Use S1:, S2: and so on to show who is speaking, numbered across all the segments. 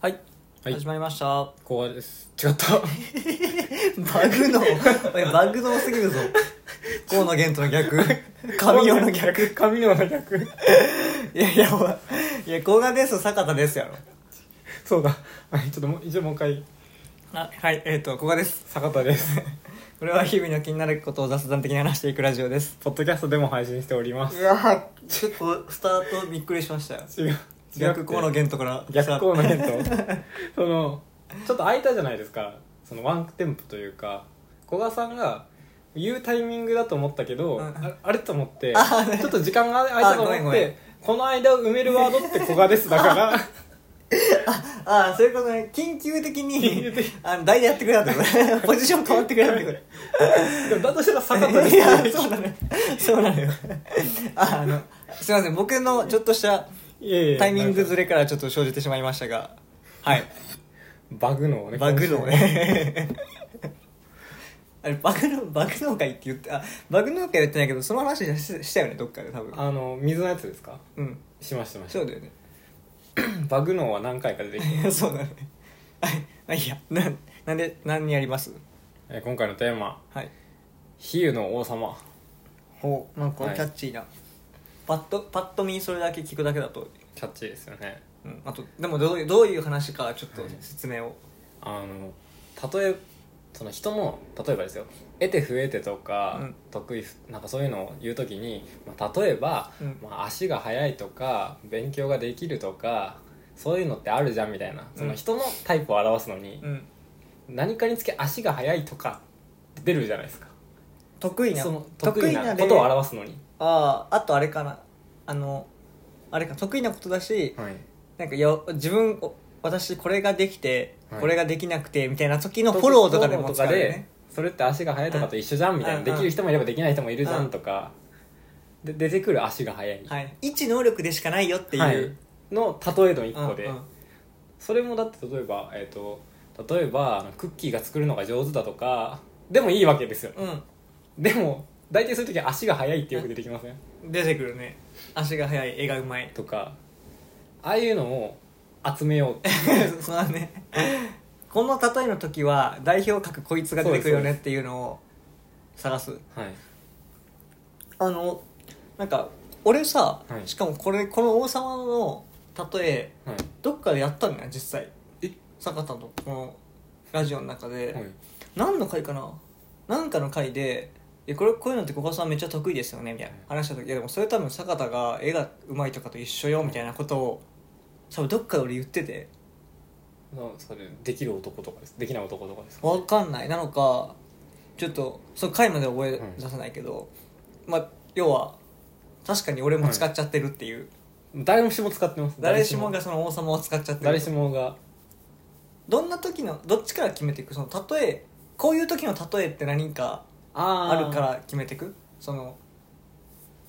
S1: はい
S2: 始まりました
S1: こうです違った
S2: バグのおいバグの多すぎるぞ河野源との 逆神尾の逆
S1: 逆 神尾の逆
S2: いやいやお前いや古賀です坂田ですやろ
S1: そうだはいちょっともう一応もう一回
S2: あはいえっ、と古賀です
S1: 坂田です
S2: これは日々の気になることを雑談的に話していくラジオです
S1: ポッドキャストでも配信しております
S2: や結構スタートびっくりしましたよ
S1: 違う違う
S2: 逆河野源とから
S1: 逆こうの変と そのちょっと空いたじゃないですかそのワンテンポというか古賀さんが言うタイミングだと思ったけど、
S2: うん
S1: ああれと思って
S2: あね
S1: ちょっと時間が空いたと
S2: あごめんご
S1: 思っ
S2: め
S1: て
S2: ん
S1: この間を埋めるワードって古賀ですだから
S2: ああそういうことね緊急的
S1: 緊急
S2: に
S1: 的
S2: あの代打やってくれたって ことポジション変わってくれたってこと
S1: でもだとしたら坂田で
S2: い
S1: す
S2: やそうなのよそうなのよああのすいません僕のちょっとした
S1: いやいや
S2: タイミングずれからちょっと生じてしまいましたがはい
S1: バグのをね
S2: バグのねあれバグのバグの会って言ってあバグの会は言ってないけどその話ししたよねどっかで多分
S1: あの水のやつですか
S2: うん
S1: しましたしまし
S2: そうだよね
S1: たバグのは何回か出てきて
S2: そうだね はいまあいいやななんで何やります
S1: え今回のテーマ
S2: はい
S1: 「比喩の王様
S2: ほうなんか
S1: はい
S2: キャッチーな、パッとパッと見それだけ聞くだけだと」
S1: キャッチーですよね
S2: うん、あとでもどういうどういう話かちょっと
S1: はい
S2: 説明を、
S1: あの例えその人の例えばですよ得て増えてとか、
S2: うん
S1: 得意なんかそういうのを言う時に、まあ、例えば、
S2: うん
S1: まあ、足が速いとか勉強ができるとかそういうのってあるじゃんみたいなその人のタイプを表すのに、
S2: うん、
S1: 何かにつけ足が速いとかって出るじゃないですか
S2: 得意な
S1: その
S2: 得
S1: 得
S2: 意
S1: 意
S2: な
S1: な
S2: で
S1: ことを表すのに、
S2: あああとあれかなあのあれか得意なことだし
S1: はい、
S2: なんかよ自分お私これができて、
S1: はい
S2: これができなくてみたいな時のフォローとかでも使うよね
S1: それって足が速いとかと一緒じゃんみたい
S2: うん
S1: なできる人もいればできない人もいるじゃ
S2: うん
S1: んとかで出てくる足が速いっ
S2: はい一能力でしかないよって
S1: て
S2: いう、
S1: いうの例えの一個で
S2: うんうん
S1: それもだって例えばえっと例えばあのクッキーが作るのが上手だとかでもいいわけですよ
S2: うん、
S1: でも大体そういう時足が速いってよく出てきません
S2: 出てくるね足が速い絵がうま い
S1: とかああいうのを集めよう って
S2: そうだねこの例えの時は代表格こいつが出てくるよねっていうのを探す
S1: はい
S2: あのなんか俺さ、
S1: はい
S2: しかもこれこの王様の例え
S1: はい
S2: どっかでやったんだよ実際
S1: え
S2: 坂田とこのラジオの中で、
S1: はい
S2: 何の回かな何かの回でいやこれこういうのって古賀さんめっちゃ得意ですよねみたいな話した時いやでもそれ多分坂田が絵がうまいとかと一緒よみたいなことを多分どっかで俺言ってて
S1: なそれできる男とかですできない男とかですか
S2: 分かんないなのかちょっとその回までは覚え出さないけど、まあ要は確かに俺も使っちゃってるっていう、
S1: 誰しも使ってます
S2: 誰しもがその王様を使っちゃってる
S1: 誰しもが
S2: どんな時のどっちから決めていくその例えこういう時の例えって何か
S1: あ
S2: あ
S1: ー
S2: るから決めていくその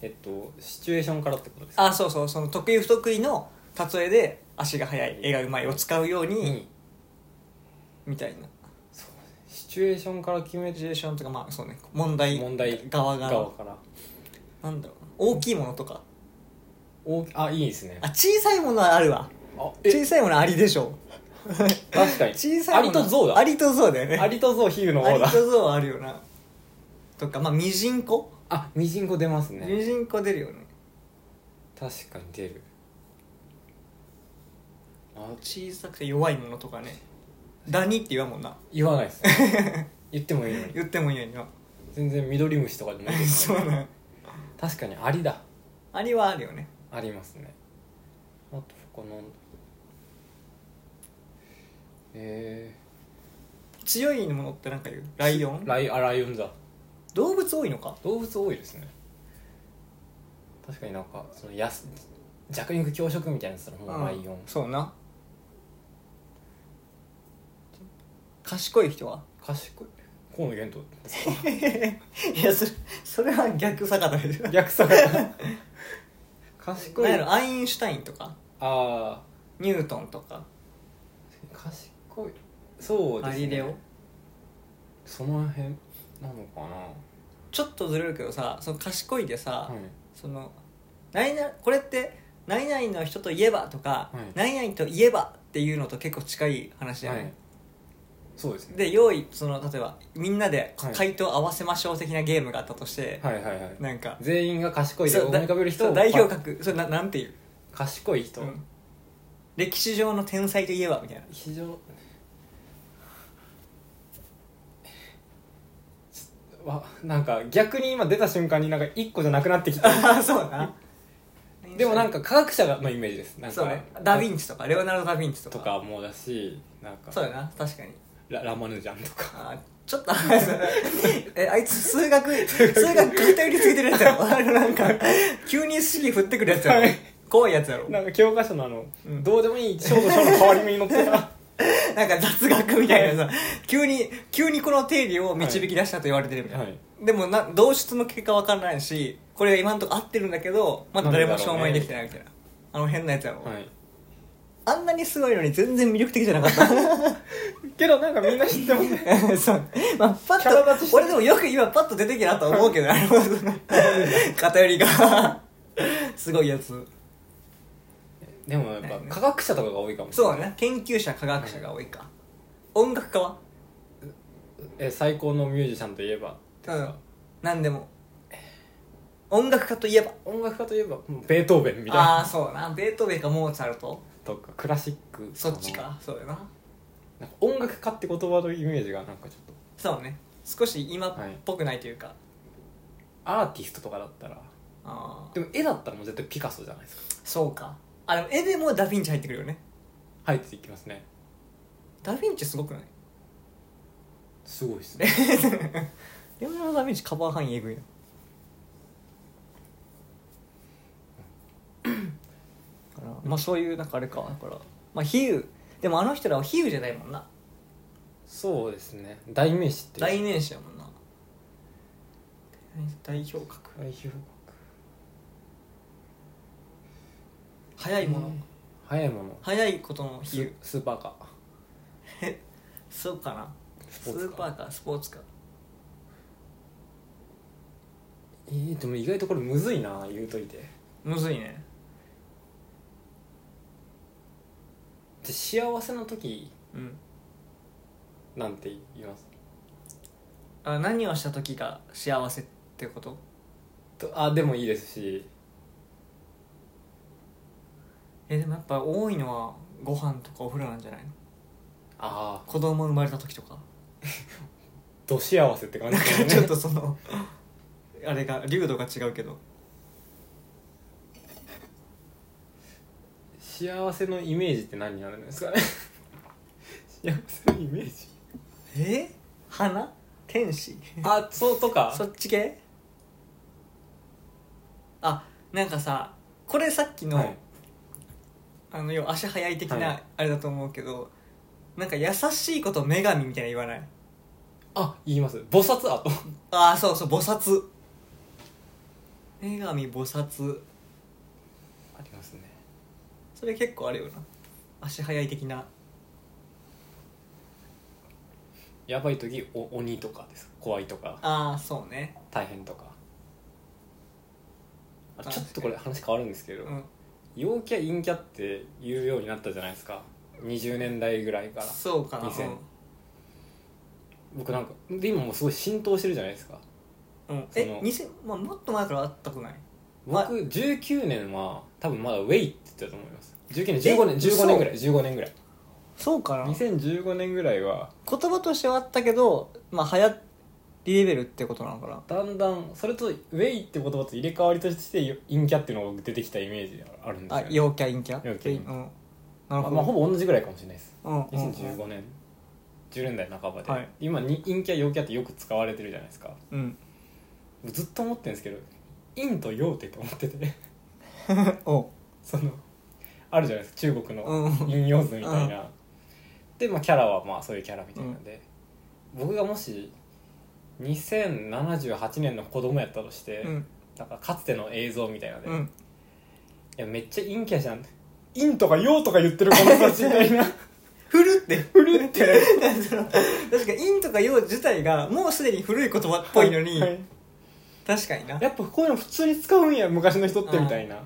S1: えっとシチュエーションからってことですか
S2: あそうそうその得意不得意の例えで足が速い絵がうまいを使うように、
S1: に
S2: みたいな
S1: シチュエーションから決め
S2: シチュエ
S1: て
S2: ーションとかまあそうね問題
S1: 問題
S2: 側が
S1: 側から
S2: なんだろう大きいものとか
S1: おあいいですね
S2: あ小さいものはあるわ
S1: あえ
S2: 小さいものはアリでしょ
S1: 確かに
S2: 小さいもの
S1: アリとゾウだ
S2: アリとゾウだよね
S1: アリとゾウ比喩の
S2: ア
S1: 方
S2: リ
S1: だ
S2: とゾウはあるよなとかまあミジンコ
S1: あミジンコ出ますね
S2: ミジンコ出るよね
S1: 確かに出るあ
S2: 小さくて弱いものとかねダニって言わんもんな
S1: 言わないです 言ってもいいのに
S2: 言ってもいいのにな
S1: 全然ミドリムシとかでもい いです
S2: そうなん
S1: 確かにアリだ
S2: アリはあるよね
S1: ありますねあとこのえ
S2: 強いものってなんか言うライオン
S1: ー、ライあライオンだ
S2: 動物多いのか
S1: 動物多いですね確かになんかそのやす弱肉強食みたいなやつだもうライオン、
S2: うんそうな賢い人は
S1: 賢い河野源斗ですか
S2: いやそれそれは逆坂田でしょ
S1: 逆さが賢い
S2: 何や
S1: あ
S2: ろアインシュタインとか
S1: あ
S2: ニュートンとか
S1: ー賢いそうで
S2: ガ
S1: すね
S2: リレオ
S1: その辺なのか
S2: ちょっとずれるけどさその賢いでさ、
S1: なはい
S2: その何々これって何々の人といえばとか、
S1: はい
S2: 何々といえばってっていうのと結構近い話じゃない、
S1: はいそうですね
S2: で用意その例えばみんなで
S1: はい
S2: 回答合わせましょう的なゲームがあったとして、
S1: はいはいはい
S2: なんか
S1: 全員が賢いで
S2: そう
S1: 思い浮かべる人
S2: そう
S1: を
S2: 代表
S1: パッ
S2: 格それななんていう、
S1: 賢い人
S2: うん歴史上の天才といえばみたいな
S1: 非常ちょわなんか逆に今出た瞬間になんか一個じゃなくなって きた
S2: ああそうな
S1: でもなんか科学者のイメージですなん
S2: そ
S1: か
S2: うねダ・ヴィンチとかレオナルド・ダ・ヴィンチとか
S1: とかもだしなんか
S2: そうやな確かに
S1: ララマヌジャンとか
S2: あーちょっとえあいつ数学数学偏りついてるやつやろあのなんか急に式振ってくるやつやろ
S1: はい
S2: 怖いやつやろ
S1: なんか教科書のあの、
S2: うん
S1: どうでもいい小と小の代わり目に乗って た
S2: なんか雑学みたいなさ急に急にこの定理を導き出したと言われてるみたいな、
S1: はい
S2: でもな同出の結果わかんないしこれが今んとこ合ってるんだけどまだ誰も証明できてないみたいな、あの変なやつやろ、
S1: はい
S2: あんなにすごいのに全然魅力的じゃなかった
S1: けどなんかみんな知ってますね
S2: そう、まあ、パ
S1: キャラ立
S2: ッ
S1: ちし
S2: と
S1: て
S2: 俺でもよく今パッと出てきたなと思うけどなるほど偏りが すごいやつ
S1: でもやっぱ科学者とかが多いかも
S2: そうだね研究者科学者が多いか、音楽家は
S1: え最高のミュージシャンといえばです
S2: うん
S1: か、
S2: 何でも音楽家といえば
S1: 音楽家といえばもうベートーベンみたい
S2: ああー
S1: な
S2: そうだなベートーベンかモーツァルト
S1: とかクラシック
S2: そっちかそうだな
S1: なんか音楽家って言葉のイメージがなんかちょっと
S2: そうね少し今っぽくないというか、
S1: アーティストとかだったら
S2: ああ
S1: でも絵だったらもう絶対ピカソじゃないですか
S2: そうかあでも絵でもダ・ヴィンチ入ってくるよね
S1: 入っていきますね
S2: ダ・ヴィンチすごくない
S1: すごいですね
S2: レオナルド・ダ・ヴィンチカバー範囲えぐいなだからまあそういうなんかあれかだからまあ比喩でもあの人らは比喩じゃないもんな
S1: そうですね代名詞って
S2: 代名詞やもんな代表格
S1: 代表
S2: 早いもの
S1: 早いもの
S2: 早いことの比
S1: ス
S2: 喩
S1: スーパーカー
S2: そうかなス
S1: スポーツ
S2: ー
S1: カ
S2: パ
S1: ー
S2: ーかスポーツか
S1: えー、でも意外とこれむずいな言うといて
S2: むずいね
S1: で幸せの時
S2: うん
S1: なんて言います
S2: あ何をした時が幸せってこと
S1: とあでもいいですし
S2: えでもやっぱ多いのはご飯とかお風呂なんじゃないの
S1: ああ
S2: 子供生まれた時とか
S1: ど幸せって感じ
S2: なん
S1: です
S2: か
S1: ね
S2: ちょっとそのあれが流度が違うけど
S1: 幸せのイメージって何になるんですかね 幸せのイメージ
S2: え花天使
S1: あそうとか
S2: そっち系あなんかさこれさっきの,、
S1: はい
S2: あの要は足早い的
S1: は
S2: ないあれだと思うけど、なんか優しいこと女神みたいな言わない
S1: あ言います菩薩アート
S2: ああそうそう菩薩女神菩薩
S1: ありますね
S2: それ結構あるよな足早い的な
S1: やばい時お鬼とかです怖いとか
S2: ああそうね
S1: 大変とかあ
S2: あ
S1: ちょっとこれ話変わるんですけど、
S2: うん
S1: 陽キャ陰キャって言うようになったじゃないですか20年代ぐらいから
S2: そうかな
S1: 2000僕なんかで今もうすごい浸透してるじゃないですか
S2: うんうん、
S1: そ
S2: え
S1: の
S2: 二千まあ、もっと前からあったくないま
S1: 僕19年は多分まだウェイって言ってたと思います19年15年15年ぐらい15年ぐらい
S2: そうかな言
S1: 2015年ぐらいは
S2: 葉としてはあったけどまあ流行りレベルってことなのかな
S1: だんだんそれとウェイって言葉と入れ替わりとして陰キャっていうのが出てきたイメージがあるんです
S2: あ
S1: よ、ね、
S2: 陽キャ陰キャ
S1: 陽キャ陰キャ
S2: うんな
S1: ま
S2: る
S1: あ
S2: ほど、
S1: まあほぼ同じぐらいかもしれないです
S2: うんうん
S1: 2015年10年代半ばで、
S2: はい
S1: 今に陰キャ陽キャってよく使われてるじゃないですか
S2: うん
S1: ずっと思ってるんですけど陰と陽って思ってて
S2: おう
S1: そのあるじゃないですか中国
S2: う
S1: の
S2: ん
S1: 陰陽図みたいな、で、まあ、キャラはまあそういうキャラみたいなんで、僕がもし2078年の子供やったとして、
S2: うん
S1: なんかかつての映像みたいなので、
S2: う
S1: い
S2: ん
S1: やめっちゃ陰キャじゃん陰とか陽とか言ってるこの人たちみたいな
S2: 古って
S1: 古って
S2: 確かに陰とか陽自体がもうすでに古い言葉っぽいのに、
S1: はい
S2: 確かにな
S1: やっぱこういうの普通に使うんや昔の人ってみたいな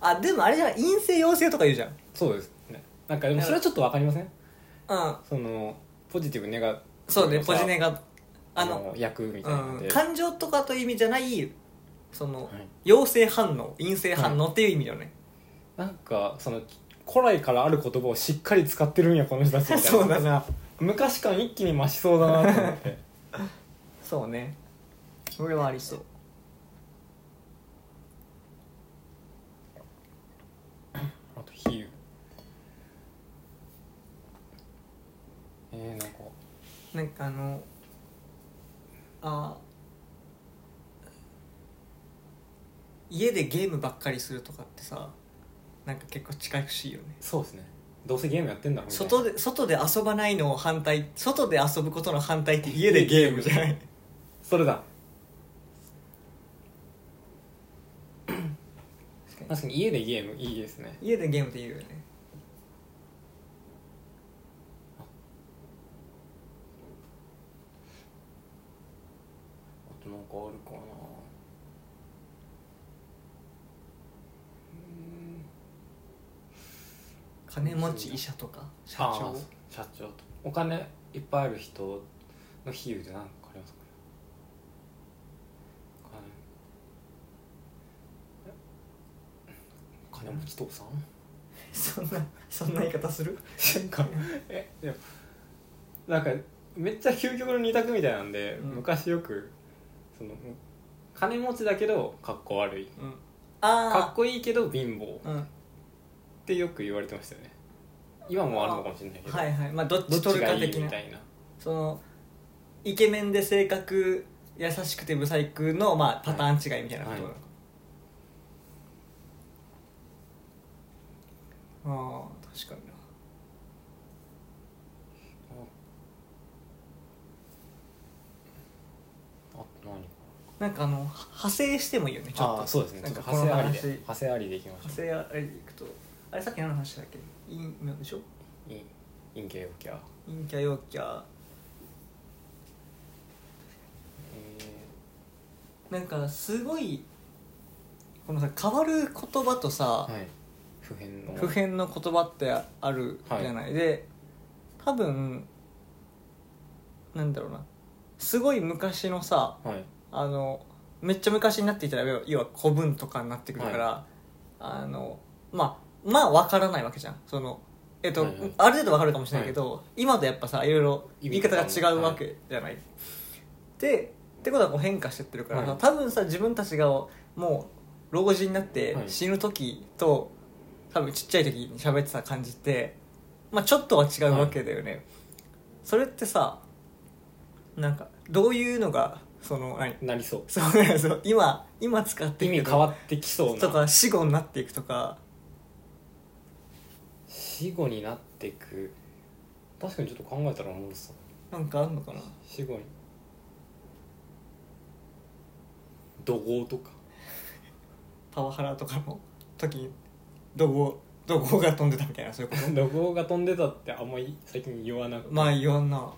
S2: あでもあれじゃない陰性陽性とか言うじゃん
S1: そうですねなんかでもそれはちょっとわかりません
S2: うん
S1: そのポジティブネガ
S2: そうね
S1: さ
S2: ポジネがあ
S1: あ
S2: の
S1: の役みたいなの
S2: うん
S1: で、
S2: 感情とかという意味じゃないその、
S1: はい
S2: 陽性反応陰性反応っていう意味だよね、
S1: なんかその古来からある言葉をしっかり使ってるんやこの人たちみたいな
S2: そうだな
S1: 昔感一気に増しそうだなと思って
S2: そうねそれはありそう
S1: あと比喩えー、なんか
S2: なんかあのあ家でゲームばっかりするとかってさなんか結構近しいよね
S1: そうですねどうせゲームやってんだろうみたいな
S2: 外で外で遊ばないのを反対外で遊ぶことの反対って家でゲームじゃない
S1: それだ
S2: 確かに
S1: 確かに家でゲームいいです ね
S2: 家でゲームって言うよね
S1: あとなんかあるかな
S2: 金持ち医者とか社
S1: あ
S2: 長
S1: ー社長とお金いっぱいある人の比喩で何かありますかねお金お金持ち父さん
S2: そんなそんな言い方する
S1: な んかえでもなんかめっちゃ究極の二択みたいなんで、
S2: うん
S1: 昔よくその金持ちだけどかっこ悪い
S2: うん
S1: かっ
S2: あ
S1: こいいけど貧乏っ
S2: あうん
S1: てよく言われてましたよね今もあるのかもしれないけど、
S2: はいはいまあどっ
S1: どっ
S2: ち取
S1: ち
S2: る
S1: が
S2: か
S1: いい
S2: 的
S1: み
S2: な
S1: たいな
S2: そのイケメンで性格優しくてブサイクの、まあ、パターン違いみたいなことなのか、ああ確かにな
S1: あと何
S2: なんかあのは派生してもいいよねちょっ
S1: あ
S2: と
S1: あそうですね
S2: な
S1: ちょ
S2: ん
S1: っ
S2: か
S1: と
S2: この
S1: 派生ありで
S2: 話
S1: 派生ありでいきましょ
S2: 派生あれでいくとあれさっき何の話だっけ陰でしょ
S1: うインインケヨキャ
S2: 陰キャ陽キャ
S1: え
S2: なんかすごいこのさ変わる言葉とさ、
S1: ーはい普遍の
S2: 普遍の言葉ってあるじゃない、で多分なんだろうなすごい昔のさ
S1: はい
S2: あのめっちゃ昔になっていたら要は要は古文とかになってくるから、あのまあまあ分からないわけじゃんそのえっと、
S1: はいはい
S2: ある程度分かるかもしれないけど、今とやっぱさいろいろ
S1: 意
S2: 言
S1: 味
S2: い
S1: と
S2: 方
S1: か
S2: が
S1: も
S2: 違うわけじゃない、でってことはこう変化してってるからさ、
S1: はい
S2: 多分さ自分たちがもう老人になって
S1: はい
S2: 死ぬ時と、多分ちっちゃい時に喋ってた感じって、まあ、ちょっとは違うわけだよね、それってさなんかどういうのがその何
S1: なりそう
S2: そうねそう今今使って
S1: 意
S2: るけ
S1: 味
S2: ど
S1: 変わってきそう
S2: と
S1: な
S2: か死後になっていくとか
S1: 死後になってく確かにちょっと考えたら思うさ
S2: なんかあんのかな
S1: 死後に怒号とか
S2: パワハラとかの 時に怒号怒号が飛んでたみたいなそういうこ
S1: 怒号が飛んでたってあんまり最近言わなく
S2: とまあ言わんな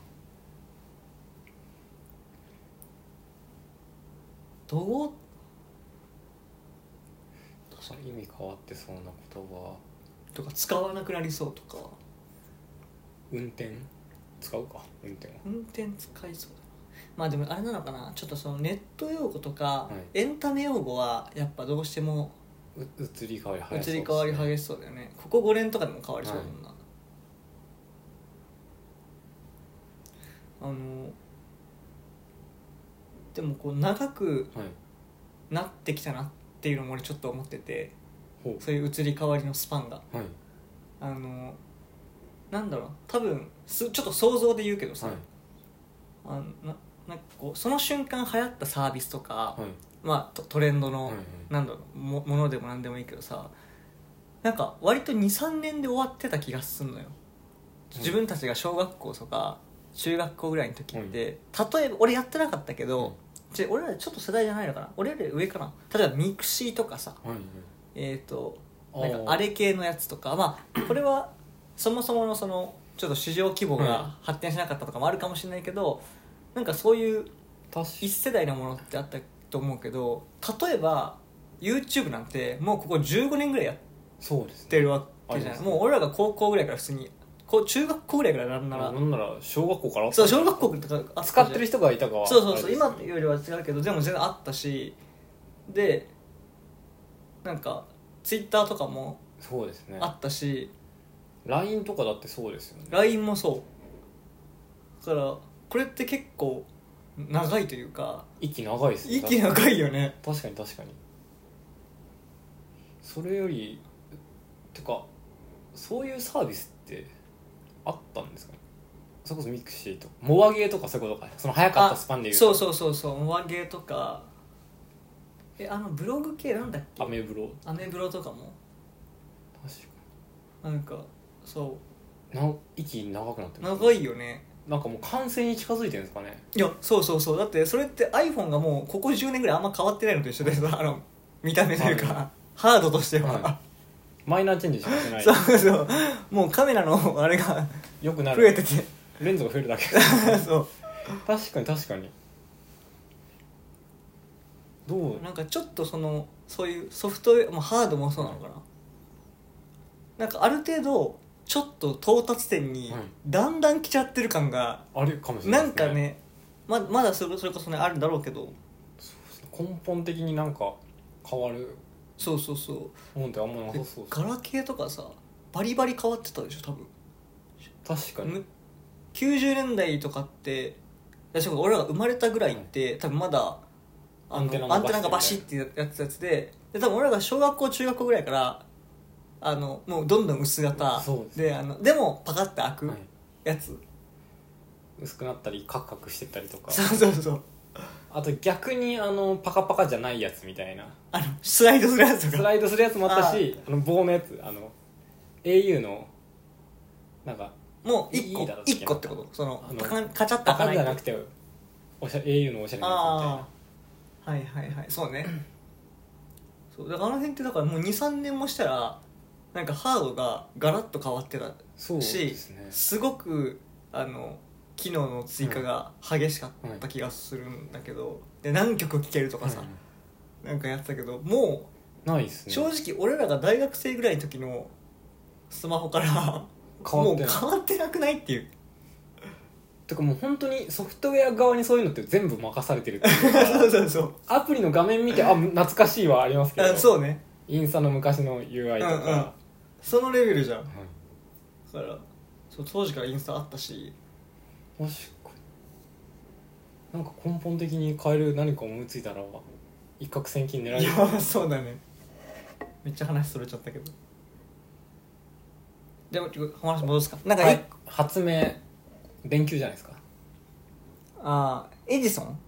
S2: 怒号
S1: 確かに意味変わってそうな言葉
S2: とか使わなくなりそうとか
S1: 運転使うか運転は
S2: 運転使いそうだなまあでもあれなのかなちょっとそのネット用語とか、
S1: はい
S2: エンタメ用語はやっぱどうしても
S1: う移り変わり早
S2: 移り変わり
S1: い
S2: 激しそうだよねここ5連とかでも変わりそうだもんな、あのでもこう長く
S1: はい
S2: なってきたなっていうのも俺ちょっと思ってて
S1: ほう
S2: そういう移り変わりのスパンが
S1: はい
S2: あのなんだろう多分すちょっと想像で言うけどさ、
S1: はい
S2: あのななんかこうその瞬間流行ったサービスとか、
S1: はい
S2: まあトトレンドの、
S1: はいはい
S2: なんだろうもものでも何でもいいけどさなんか割と23年で終わってた気がすんのよ
S1: うん
S2: 自分たちが小学校とか中学校ぐらいの時って、例えば俺やってなかったけど、ち俺らちょっと世代じゃないのかな俺らより上かな例えばミクシーとかさ
S1: はいはい
S2: えっ、と
S1: あ
S2: なん
S1: ー
S2: かあれ系のやつとかまあこれはそもそものそのちょっと市場規模が発展しなかったとかもあるかもしれないけど、なんかそういう
S1: 確
S2: 一世代のものってあったと思うけど例えば YouTube なんてもうここ15年ぐらいやっ
S1: そうですね
S2: てるわたじゃ
S1: ありま
S2: ない
S1: す
S2: もう俺らが高校ぐらいから普通にこう中学校ぐらいからなんな
S1: な
S2: ら
S1: んなら小学校から
S2: そう小学校とか
S1: 使ってる人がいたかは
S2: そうそうそう
S1: あれです
S2: 今
S1: よ
S2: よりは違うけどでも全然あったしでなんかツイッターとかも
S1: そうですね
S2: あったし、
S1: LINE とかだってそうですよね
S2: LINE もそうだからこれって結構長いというか
S1: 息長いですね
S2: 息長いよね
S1: 確かに確かにそれよりてかそういうサービスってあったんですかねそれこそミクシーとかモアゲーとかそういうことかその早かったスパンで言う
S2: そう
S1: う
S2: そうそうそうモアゲーとかえあのブログ系なんだっけ
S1: アメブロ
S2: アメブロとかも
S1: 確か
S2: なんかそ
S1: にな息長くなって
S2: う
S1: ます
S2: 長いよね
S1: なんかもう完成に近づいてるんですかね
S2: いやそうそうそうだってそれって iPhone がもうここ10年ぐらいあんま変わってないのと一緒でさあの見た目というか、
S1: は
S2: ハードとしては、
S1: はマイナーチェンジしかしてな い
S2: そうそうもうカメラのあれが
S1: よくな
S2: 増えて
S1: る
S2: て
S1: レンズが増えるだ け
S2: そ
S1: 確かに確かにどう
S2: うなんかちょっとそのそういうソフトウェアもうハードもそうなのかな、なんかある程度ちょっと到達点に
S1: はい
S2: だんだん来ちゃってる感が、
S1: あれかもしれな
S2: ない
S1: で
S2: ん
S1: すね
S2: かねままだそれそれこそねあるんだろうけど
S1: 根本的になんか変わる
S2: そうそうそう
S1: もんってあんまなさそう
S2: ガラケーとかさバリバリ変わってたでしょ多分
S1: 確かに
S2: む90年代とかって私も俺らが生まれたぐらいって、多分まだあのア
S1: アン
S2: ン
S1: テ
S2: テ
S1: ナ
S2: ナ
S1: がバシッ
S2: がバシッってやってたやつでで多分俺らが小学校中学校ぐらいからあのもうどんどん薄型
S1: そうですね
S2: で,、あのでもパカッて開く
S1: はい
S2: やつ、
S1: 薄くなったりカクカクしてったりとか
S2: そうそうそう
S1: あと逆にあのパカパカじゃないやつみたいな
S2: あのスライドするやつ
S1: ス
S2: とか
S1: ライドするやつもあったしあの棒のやつあの au のなんか
S2: もう1
S1: いい
S2: 個
S1: だろう
S2: 一個ってことその
S1: あの
S2: パカンカチャッて
S1: パ
S2: 開か
S1: カ
S2: ない
S1: じゃなくておしゃ au のおしゃれなや
S2: ああはいはいはいそうね そうだからあの辺ってだからもう23年もしたらなんかハードがガラッと変わってた
S1: つみたいなそう
S2: し
S1: ですね
S2: すごくあの機能の追加が激しかった気がするんだけど、で何曲聴けるとかさ、なんかやってたけども
S1: ないです
S2: う
S1: ね
S2: 正直俺らが大学生ぐらいの時のスマホから
S1: 変わって
S2: も
S1: な
S2: う
S1: い
S2: 変わってなくないっ ていう
S1: てかもう本当にソフトウェア側にそういうのって全部任されてるっていうか
S2: そうそうそう
S1: アプリの画面見てあ懐かしいはありますけ
S2: あ
S1: ど
S2: そうね
S1: インスタの昔の UI とか、
S2: うんうんそのレベルじゃんだ
S1: はい
S2: からそう当時からインスタあったし
S1: 確かになんか根本的に変える何か思いついたら一攫千金狙え
S2: い
S1: る
S2: やそうだねめっちゃ話それちゃったけどでも話戻すかなんか、
S1: はい発明電球じゃないですか
S2: ああエジソンってこ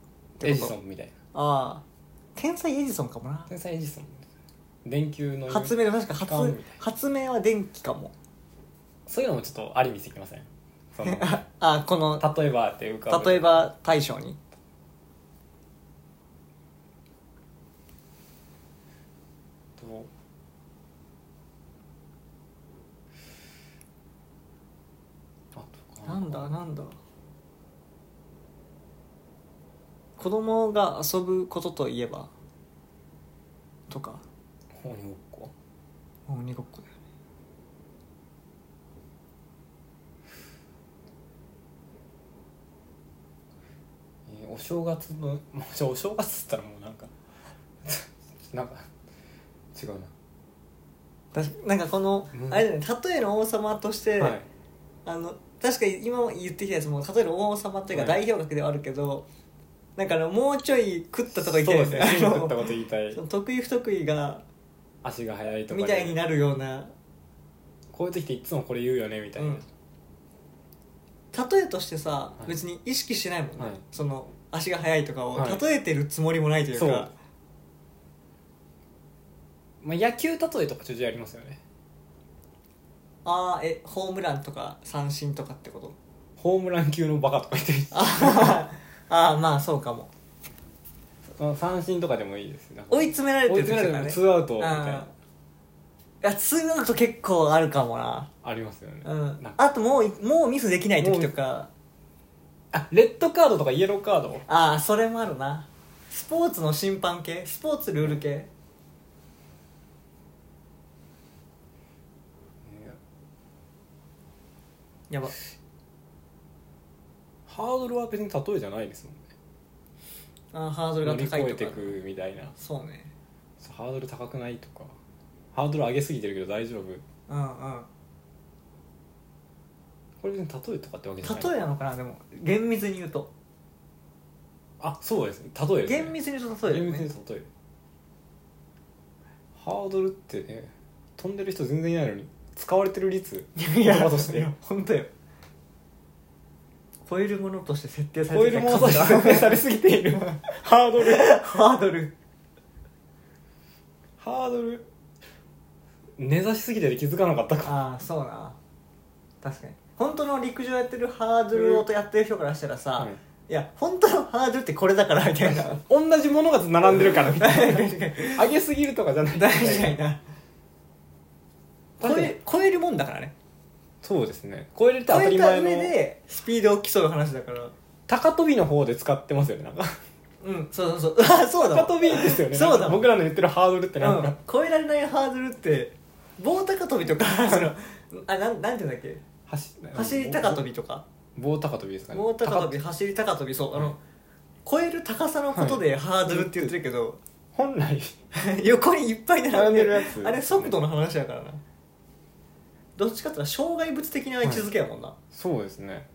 S2: と
S1: エジソンみたいな
S2: ああ天才エジソンかもな
S1: 天才エジソン電球の
S2: 発明が確か発
S1: ガンみたいな
S2: 発明は電気かも
S1: そういうのもちょっとありにしてきません その
S2: ああこの
S1: 例えばっていうか
S2: 例えば大賞に
S1: とあとか
S2: なんだなんだ子供が遊ぶことといえばとか
S1: 鬼ごっこ
S2: 鬼ごっこだよね
S1: えーお正月の まあじゃあお正月っつったらもうなんか なんか違うな
S2: 確かなんかこの、
S1: うん
S2: あれだね例えの王様として、
S1: はい
S2: あの確かに今言ってきたやつも例えば王様というか
S1: はい
S2: 代表格ではあるけど、なんかあのもうちょい食ったとこ行きたい
S1: そう
S2: で
S1: ですす
S2: ね
S1: ね
S2: あの
S1: 食ったこと言いたい
S2: その得意不得意が
S1: 足が速いとかで
S2: みたいになるような
S1: こういう時っていつもこれ言うよねみたいな、
S2: うん例えとしてさ、
S1: い
S2: 別に意識してないもんね、
S1: はい
S2: その足が速いとかを、
S1: はい
S2: 例えてるつもりもないというか
S1: そうまあ、野球例えとかちょいちょいありますよね
S2: ああえホームランとか三振とかってこと
S1: ホームラン級のバカとか言ってる
S2: ああーまあそうかも
S1: その三振とかでもいいですなんか
S2: 追い詰められ
S1: 追
S2: て
S1: い
S2: る時
S1: 詰
S2: と
S1: められ
S2: か
S1: ても
S2: ね
S1: ツーアウトみたいな
S2: うんいやツーアウト結構あるかもな
S1: ありますよね、
S2: うん
S1: なん、か
S2: あともういもうミスできない時とか
S1: あレッドカードとかイエローカード
S2: ああそれもあるなスポーツの審判系スポーツルール系やば
S1: ハードルは別に例えじゃないですもんね
S2: あーハードル
S1: 乗
S2: が
S1: り越
S2: 高いとか
S1: えてくみたいな
S2: そうね
S1: そうハードル高くないとかハードル上げすぎてるけど大丈夫
S2: うんうん
S1: これ別に例えとかってわけじゃない
S2: 例えなのかなでも厳密に言うと
S1: あそうですね例えですね
S2: 厳密に言うと例えだよ
S1: 厳
S2: ね
S1: 密に例えハードルってね飛んでる人全然いないのに使われてる率
S2: いや
S1: 言葉として
S2: いや本当よ超えるものとして設定さ
S1: 超え
S2: れて
S1: るものとして説明されすぎているハードル
S2: ハードル
S1: ハードル根ざしすぎてて気づかなかったか
S2: ああそうな確かに本当の陸上やってるハードルをやってる人からしたらさ、
S1: うん
S2: いや本当のハードルってこれだからみたい な
S1: 同じものが並んでるからみたい
S2: 確かに
S1: な上げすぎるとかじゃない
S2: 確かにな
S1: 確
S2: 超
S1: かに
S2: え超えるもんだからね
S1: そうですね超えれて当
S2: 超
S1: た
S2: え
S1: り
S2: た
S1: 前
S2: 上
S1: の
S2: でスピードを競う話だから
S1: 高跳びの方で使ってますよねなんか
S2: うんそうそう そうあそうだわ
S1: 高跳びですよね
S2: そうだわ
S1: 僕らの言ってるハードルってなん
S2: う
S1: か
S2: ん、超えられないハードルって棒高跳びとかそのあなんなんていうんだっけ
S1: 走
S2: 走り高跳びとか
S1: 棒高跳びですかね
S2: 棒高跳び走り高跳びそうあの、
S1: うん
S2: 超える高さのことでハードルって言ってるけど、
S1: 本来
S2: 横にいっぱい並んでる
S1: 並んでるやつ
S2: あれ速度の話だからなどっちかっていうと障害物的な位置づけやもんな、
S1: そうですね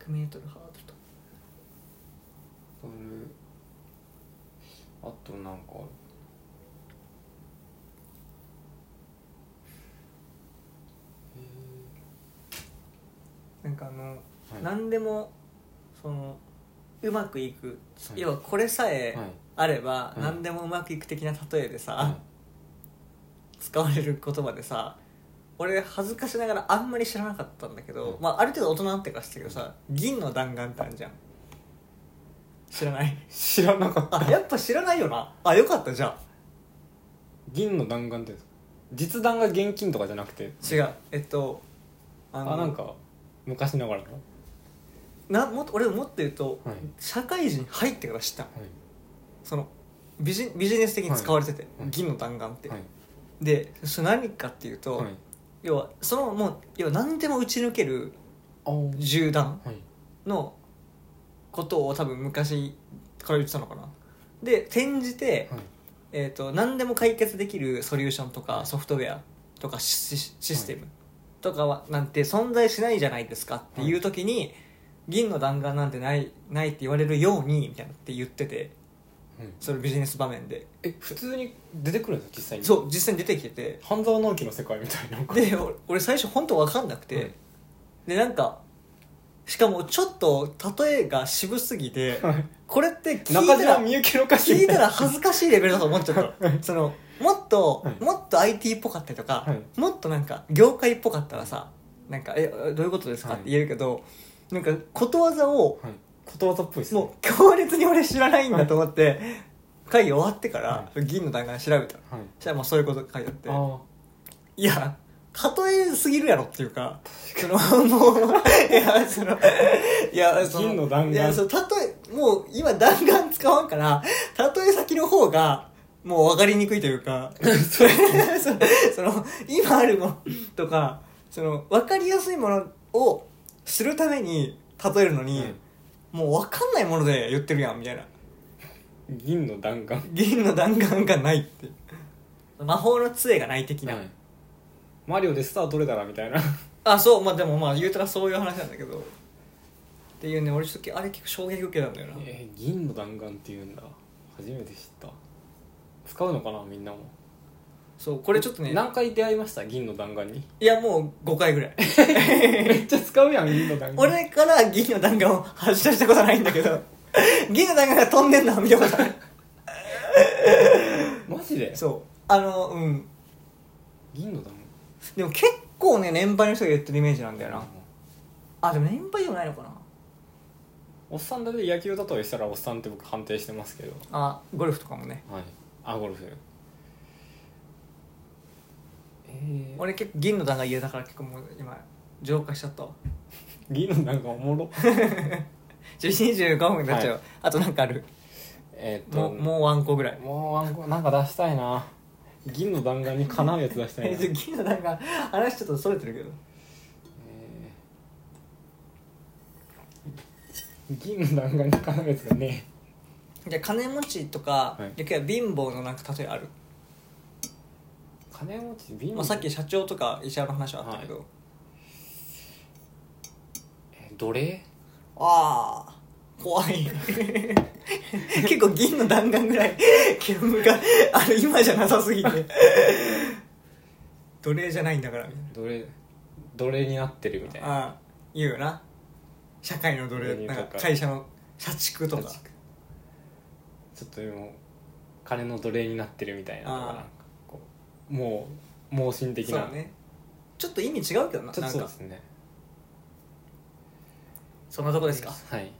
S2: 100m ハードルと
S1: それあとなんかある
S2: なんかあの、
S1: はい
S2: 何でもそのうまくいく、
S1: はい
S2: 要はこれさえ
S1: はい
S2: あれば、
S1: い
S2: 何でもうまくいく的な例えでさ、
S1: はい
S2: 使われる言葉でさ俺恥ずかしながらあんまり知らなかったんだけど、
S1: うん
S2: まあ、ある程度大人になってから知ったけどさ銀の弾丸ってあるじゃん知らない
S1: 知らなかった
S2: あやっぱ知らないよなあよかったじゃ
S1: 銀の弾丸って実弾が現金とかじゃなくて
S2: あ違うえっとあ
S1: あなんか昔ながらの
S2: なもっと俺もっと言うと、
S1: はい
S2: 社会人入ってから知った
S1: は
S2: そのビジビジネス的に使われてて、
S1: はい
S2: 銀の弾丸って、
S1: いはい
S2: でそれ何かっていうと、
S1: はい
S2: 要はそのもう要は何でも打ち抜ける
S1: あー
S2: 銃弾
S1: はい
S2: のことを多分昔から言ってたのかなで転じて、
S1: はい
S2: えー、と何でも解決できるソリューションとか
S1: はい
S2: ソフトウェアとかシシシステムとかはなんて存在しないじゃないですかっていう時に、銀の弾丸なんてないないって言われるようにみたいなって言ってて
S1: うん
S2: そのビジネス場面で
S1: え普通に出てくるんですか実際に
S2: そう実際に出てきてて
S1: 半沢直樹の世界みたいな
S2: でお俺最初本当わかんなくて、
S1: はい
S2: でなんかしかもちょっと例えが渋すぎて
S1: はい
S2: これって聞い
S1: 中
S2: た
S1: 島
S2: ら
S1: みゆきの歌詞
S2: 聞いたら恥ずかしいレベルだと思っちゃったそのもっと、
S1: はい
S2: もっと IT っぽかったりとか、
S1: はい
S2: もっとなんか業界っぽかったらさなんか「えどういうことですか?」
S1: は
S2: っ
S1: い
S2: て言えるけど、なんかことわざを
S1: はいことわざっぽいですね
S2: もう強烈に俺知らないんだと思って、会議終わってから、銀の弾丸調べた
S1: はい
S2: そしたらまあそういうこと書いてあって
S1: あー
S2: いや、例えすぎるやろっていうか、その、もう、いや、その、いや、その、
S1: 銀の弾丸
S2: いや、その、例え、もう今弾丸使わんから、例え先の方が、もう分かりにくいというか、 その、その今あるものとか、その、分かりやすいものをするために例えるのに、もう分かんないもので言ってるやん、みたいな。
S1: うん銀の弾丸
S2: 銀の弾丸がないって。魔法の杖がない的な。
S1: はいマリオでスター取れたらみたいな
S2: あそうまあでもまあ言うたらそういう話なんだけどっていうね俺ちょっとあれ結構衝撃受けたんだよな、
S1: えー 銀の弾丸っていうんだ初めて知った使うのかなみんなも
S2: そうこれちょっとね
S1: 何回出会いました銀の弾丸に
S2: いやもう5回ぐらい
S1: めっちゃ使うやん銀の弾丸
S2: 俺から銀の弾丸を発射したことないんだけど 銀の弾丸が飛んでんのは見たことない
S1: マジで
S2: そうあのうん
S1: 銀の弾
S2: でも結構ね年配の人が言ってるイメージなんだよ
S1: 丸
S2: なあでも年配でもないのかな
S1: おっさんだけ野球だとしたらおっさんって僕判定してますけど
S2: あゴルフとかもね
S1: はいあゴルフえー、
S2: 俺結構銀の弾丸言えたから結構もう今浄化しちゃったわ
S1: 銀の弾丸おもろ
S2: じゃあ25分経っちゃう、
S1: は
S2: あとなんかある
S1: えーっ
S2: も
S1: と
S2: うもうワン個ぐらい
S1: もうワンコなんか出したいな銀の弾丸にかなうやつ出したい
S2: え
S1: な、
S2: っ銀のなんか話ちょっとそれてるけど
S1: えー銀の弾丸にかなうやつがね
S2: じゃあ金持ちとか、
S1: はい
S2: 逆に貧乏のなんか例えある、
S1: 金持ち貧乏、
S2: まあ、さっき社長とか医者の話はあったけど、
S1: えー奴隷
S2: ああ怖い 結構銀の弾丸ぐらい煙があの今じゃなさすぎて奴隷じゃないんだからみたい
S1: 奴隷奴隷になってるみ たいな
S2: なああ言うよな社会の奴
S1: 奴
S2: 隷
S1: 隷
S2: な
S1: と
S2: ん
S1: か
S2: か会社の社畜とか
S1: 社畜ちょっと今金の奴隷になってるみたいなのが
S2: あー
S1: なんかこうもう盲信的
S2: そう
S1: な
S2: だねちょっと意味違うけどな
S1: ちょっ
S2: なん
S1: とそうで
S2: か
S1: すね
S2: そんなとこですか
S1: はい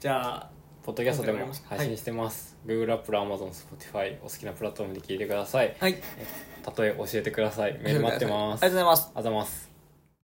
S2: じゃあ
S1: ポッドキャストで
S2: わか
S1: も
S2: りました
S1: 配信してます、Google アップル Amazon Spotify お好きなプラットフォームで聞いてください
S2: はい
S1: たとえ教えてくださいメール待ってます
S2: ありがとうございます
S1: ありがとうございます